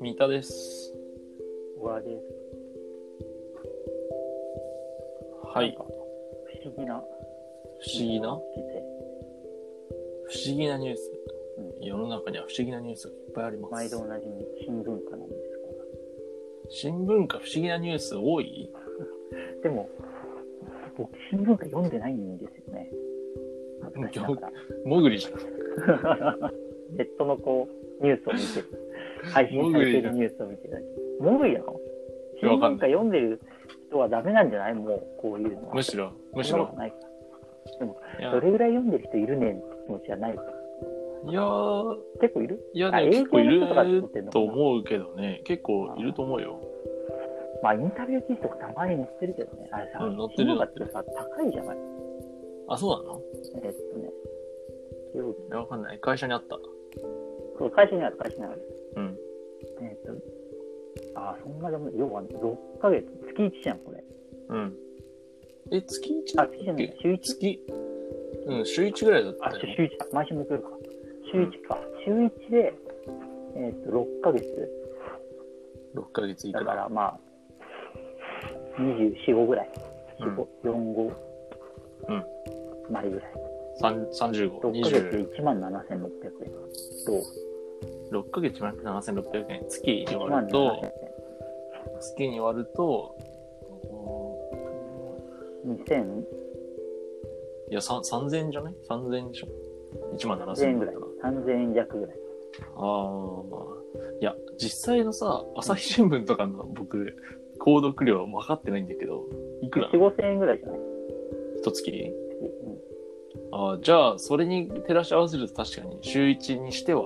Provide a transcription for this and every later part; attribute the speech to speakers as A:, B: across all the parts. A: 三田です。
B: 終わりです。
A: はい
B: 不。思議な。
A: 不思議な、不
B: 聞いて
A: 思議なニュース。
B: う
A: 世の中には不思議なニュースがいっぱいありま
B: 毎
A: す
B: 度。おなじみ新聞化なんです
A: 新聞か不思議なニュース多 い
B: が。でも、僕、新聞化読んでないんですよね。恥ずかしな が
A: もぐりじゃん。
B: ら。ネットのこう、ニュースを見てる。配信されてるニュースを見てるだけ。もぐりなの新
A: わ
B: 聞
A: か
B: 化
A: んない
B: 読んでる人はダメなんじゃないもう、こういうのは。
A: むしろ、むし
B: そんなこ
A: ろ
B: と。ないか
A: いや
B: ど、れぐらい読んでる人いるねんって気持ちはないか。
A: いやー
B: 結構いる
A: いや
B: あ
A: ね、
B: 英
A: 結構い
B: 語の人とか作っ
A: る
B: てんのか
A: と
B: な
A: 思うけどね、結構いると思うよ。
B: まあ、インタビュー記事とかたまに載ってるけどね。あれさ、
A: うん載ってる
B: 新聞化ってさ、高いじゃない
A: あ、そうなの
B: えっとね、料
A: いや、わかんない。会社にあった。
B: そう会社にある、会社にある。
A: うん。
B: えっと、ああ、そんなでも、要は6ヶ月、月1じゃん、これ。
A: うん。え、月1だ
B: あ、
A: っ
B: 月じゃな
A: け
B: い、週1。
A: 月、うん、週1ぐらいだっ
B: あ、
A: たよね。
B: 週1、毎週木曜日か。週1か。週1で、えっと、6ヶ月。
A: 6ヶ月いく。
B: だからら、まあ、24、5ぐらい。
A: うん
B: 4、5。
A: うん。
B: 枚ぐらい。
A: 三35、
B: 6ヶ
A: 20
B: 月。で1万7600円。と、
A: 6ヶ月1万7600円。月に
B: 1
A: 割
B: 万
A: ると
B: 7 0、
A: 月に割ると、お
B: 0
A: ー
B: 0
A: いや、さん3000円じゃない ?3000 円でしょ ?1 万
B: 2000
A: 7000
B: 円
A: 円
B: ぐ
A: だ
B: ら
A: っ
B: い
A: たら。。
B: 3000円弱ぐらい。
A: ああ。いや、実際のさ、朝日新聞とかの僕、購読料は分かってないんだけど、いくら
B: 4、5000円ぐらいじゃない
A: 一月
B: うん
A: ああ、じゃあ、それに照らし合わせると確かに、週1にしては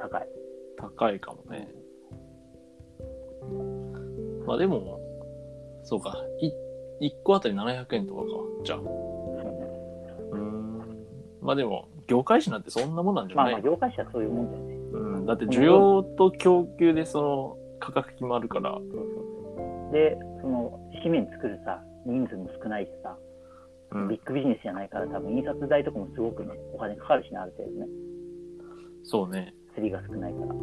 B: 高い。
A: 高いかもね。まあでも、そうか、い1個あたり700円とかか、じゃあ。うん。まあでも、業界紙なんてそんなもんなんじゃ
B: ま
A: な
B: あ
A: い、
B: まあ、業界者はそういうもんだよね。
A: うん、だって需要と供給でその価格決まるから、
B: で、その、紙面作るさ、人数も少ないしさ、
A: うん
B: ビッグビジネスじゃないから、多分印刷代とかもすごくね、お金かかるしね、ある程度ね。
A: そうね。
B: 釣りが少ないから。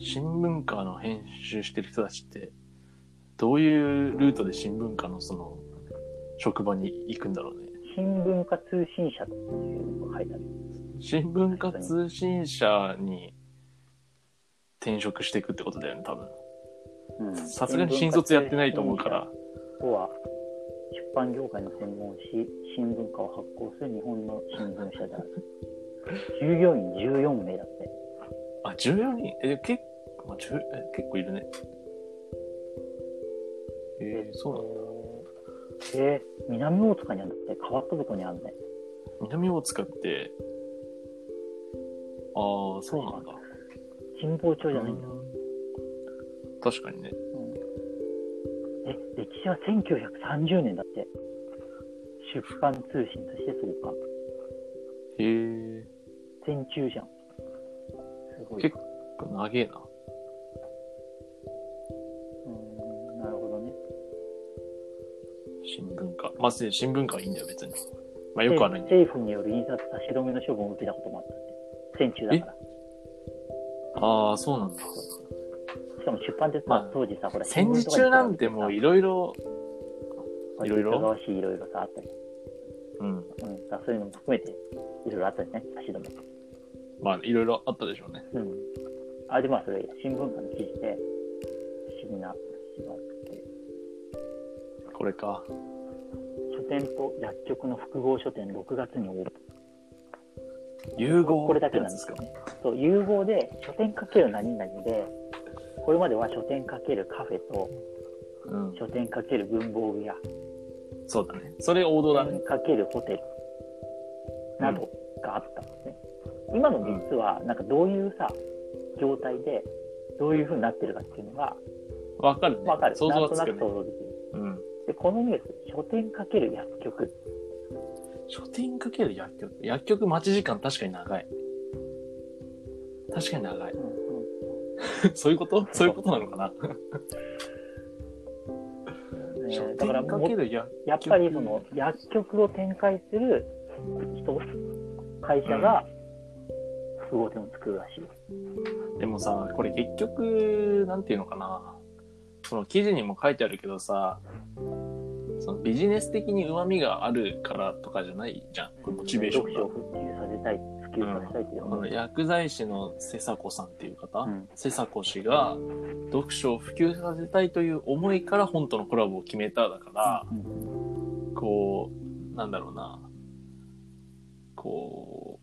A: 新聞化の編集してる人たちって、どういうルートで新聞化のその、職場に行くんだろうね。
B: 新聞化通信社っていうのが書いてある。
A: 新聞化通信社に転職していくってことだよね、多分。
B: うん
A: さすがに新卒やってないと思うか。
B: 新聞
A: ら
B: 化。通信社とは、出版業界の専門誌、新聞化を発行する日本の新聞社である。従業員14名だって。
A: あ、14人え、でも結構、まあ、10え結構いるね。えー、そうなの
B: えー、南大塚にあるって、変わったとこにあるね。
A: 南を使って、ああ、そうなんだ。
B: 神保町じゃないんだ。
A: 確かにね。
B: え、歴史は1930年だって。出版通信としてそうか。
A: へえ、
B: 全中じゃん。すごい。
A: 結長えな。
B: うーん、なるほどね。
A: 新聞化。まず、新聞化はいいんだよ、別に。まあ、よくはないんだよ。
B: 政府による印刷差し止めの処分を受けたこともあったって。戦中だから。
A: ああ、そうなんだ。
B: しかも出版ってさ、
A: まあ
B: 当時さ、ほら、
A: 戦時中なんてもういろいろ、いろいろ
B: 疑わしいいろいろさ、あったり。
A: うん。
B: うん、だからそういうのも含めて、いろいろあったよね、差し止め。
A: まあ、いろいろあったでしょうね。
B: うん。あ、でもまあそれ、新聞館の記事で、不思議な話があって。
A: これか。
B: 書店と薬局の複合書店6月にオープン。
A: 融合
B: これだ
A: って
B: け
A: や
B: なん
A: つ
B: で
A: です
B: す
A: か
B: よ。ね。そう、融合で書店かける何々で、これまでは書店かけるカフェと
A: うん。
B: 書店かける文房具屋、
A: そうだね。それ王道
B: 書
A: だね
B: 店。かけるホテルなどがあったんですね。今の実は、なんかどういうさ、状態で、どういう風になってるかっていうのが
A: わかるね。
B: わかる。
A: 想像
B: な
A: は
B: んと
A: つ
B: な
A: く
B: く
A: ね。
B: 想像できる。
A: うん。
B: で、このニュース、書店かける薬局。
A: 書店かける薬局。薬局待ち時間確かに長い。確かに長 い。そういうことそういうことなのかな書
B: だから
A: 店か
B: も
A: けるや、
B: やっぱりその薬局を展開する人会社が複合店を作るらしいです
A: でもさ、これ結局、なんていうのかな。その記事にも書いてあるけどさ、そのビジネス的に旨味があるからとかじゃないじゃん。これモチベーション
B: 読書を
A: が。
B: 復旧させたい普及させたいっていう
A: こ
B: 思
A: の
B: い、
A: 薬剤師の瀬佐子さんっていう方
B: う、ん
A: 瀬佐子氏が読書を普及させたいという思いから本とのコラボを決めただから、こう、なんだろうな。こ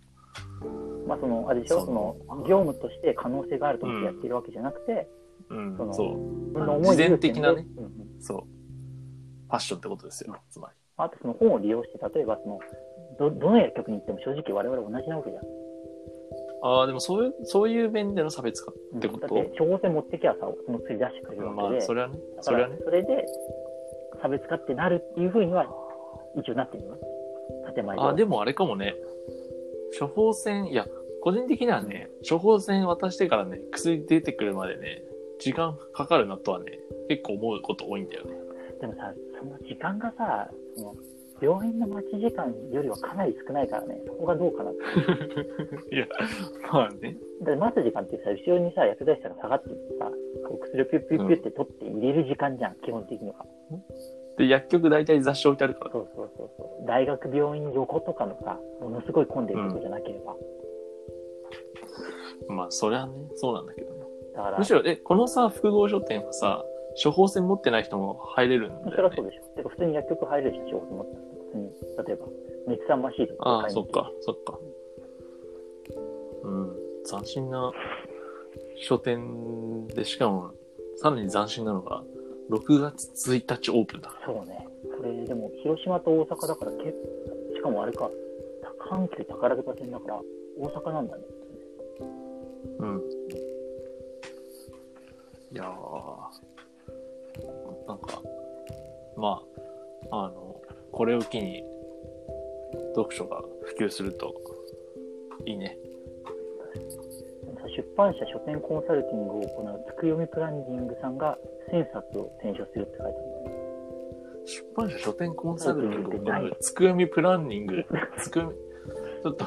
B: まあそのあれでしょそ
A: そ
B: の
A: の
B: 業務として可能性があると思ってやってるわけじゃなくて、
A: う、うん
B: その、
A: そう、
B: 自分の思い
A: 自伝的なね
B: 優先でうんうん
A: そう。ファッションってことですよ、つまり。
B: あとその本を利用して例えばそのどどの薬局に行っても正直我々同じなわけじゃん
A: ああ、でもそういう、そういう面での差別か。
B: うん
A: ってこと
B: だって処方箋持ってきゃさその薬出してくれる
A: ま
B: わけ
A: あ、
B: で、
A: それはね、
B: だ
A: そ
B: か
A: れ
B: ら
A: はね。
B: それで差別化ってなるっていうふうには一応なってるの建前では
A: あ、でもあれかもね。処方箋、いや、個人的にはね、処方箋渡してからね、薬出てくるまでね、時間かかるなとはね、結構思うこと多いんだよね。
B: でもさその時間がさその病院の待ち時間よりはかなり少ないからねそこがどうかなって
A: まあね。
B: だって待つ時間ってさ後ろにさ薬剤師さんが下がっていってさお薬をピュッピュッピュッって取って入れる時間じゃん、基本的には
A: で、薬局大体雑誌置いてあるから。
B: そうそうそうそう大学病院横とかのさものすごい混んでるとこじゃなければ、
A: まあ、それはね、そうなんだけどね。
B: だから
A: むしろ、え、このさ、複合書店はさ、処方箋持ってない人も入れるん
B: そ
A: だ
B: れ
A: よ
B: はそ
A: ね
B: う。でしょてか普通に薬局入れるし仕事持ってたら普通に例えば熱産マシートと
A: あ
B: か
A: あ、
B: 買い
A: そ
B: に
A: っ
B: 行
A: か、そっか。うん、斬新な書店で、しかも、さらに斬新なのが、6月1日オープンだ。
B: そうね。これでも広島と大阪だから結構、しかもあれか、阪急宝塚線だから大阪なんだね。
A: うん。いやー、なんか、まあ、あの、これを機に、読書が普及すると、いいね。
B: でもさ出版社書店コンサルティングを行うつくよみプランニングさんが1000冊を選書するって書いてあるんだよね。
A: 出版社書店コンサルティングを行うつくよみプランニン グ。つくよみ、ちょっと、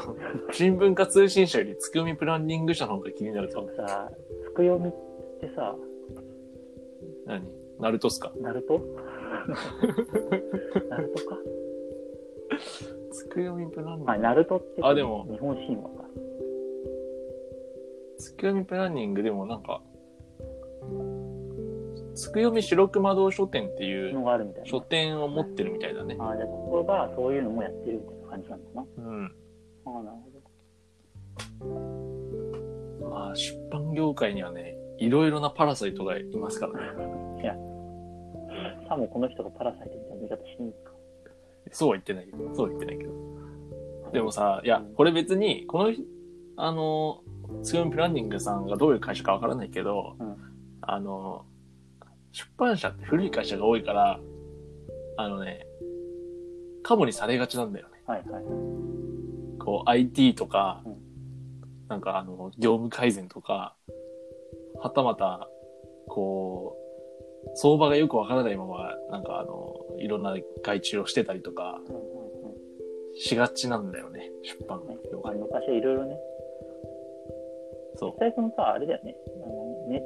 A: 新聞化通信社よりつくよみプランニング社の方が気になる
B: でも
A: と。
B: さ、つくよみってさ、
A: 何ナルトっすか
B: ナルト ナルトか
A: つくよみプランニン
B: あ、
A: グ。
B: ナルトって
A: あでも
B: 日本神話か。
A: つくよみプランニングでもなんか、つくよみ白熊堂書店っていう
B: のがあるみたいな
A: 書。店を持ってるみたいだね。
B: あじゃあ、ここがそういうのもやってるみたいな感じなんだな。
A: うん。
B: あなるほど。
A: まあ、出版業界にはね、いろいろなパラサイトがいますからね。
B: さもこの人がパラサイトみたいな見方しにくか。
A: そうは言ってないけど、そうは言ってないけど。でもさ、いや、これ別に、このひ、あの、つよみプランニングさんがどういう会社かわからないけど、
B: うん
A: あの、出版社って古い会社が多いから、あのね、カモにされがちなんだよね。
B: はいはい。
A: こう、IT とか、
B: うん
A: なんかあの、業務改善とか、はたまた、こう、相場がよくわからないまま、なんかあの、いろんな外注をしてたりとか、
B: うんうんうん
A: しがちなんだよね、出版
B: ね
A: 業
B: あ
A: 界。
B: の昔はいろいろね、
A: そ
B: 実際そのさ、あれだよね、あのネッ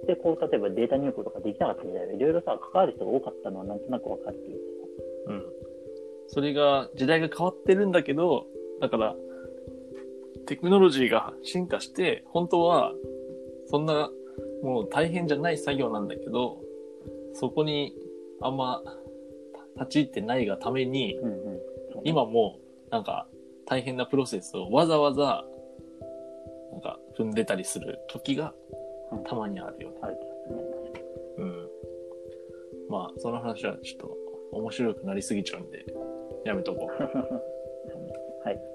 B: トでこう、例えばデータ入稿とかできなかった時代はいろいろさ、関わる人が多かったのはなんとなくわかるっていう
A: う。うん。それが、時代が変わってるんだけど、だから、テクノロジーが進化して、本当は、そんな、もう大変じゃない作業なんだけど、そこにあんま立ち入ってないがために、
B: うんうんそうね
A: 今もなんか大変なプロセスをわざわざなんか踏んでたりする時が
B: うん
A: たまにあるよね。
B: ある気がするね。
A: うん。まあ、その話はちょっと面白くなりすぎちゃうんで、やめとこう。
B: はい。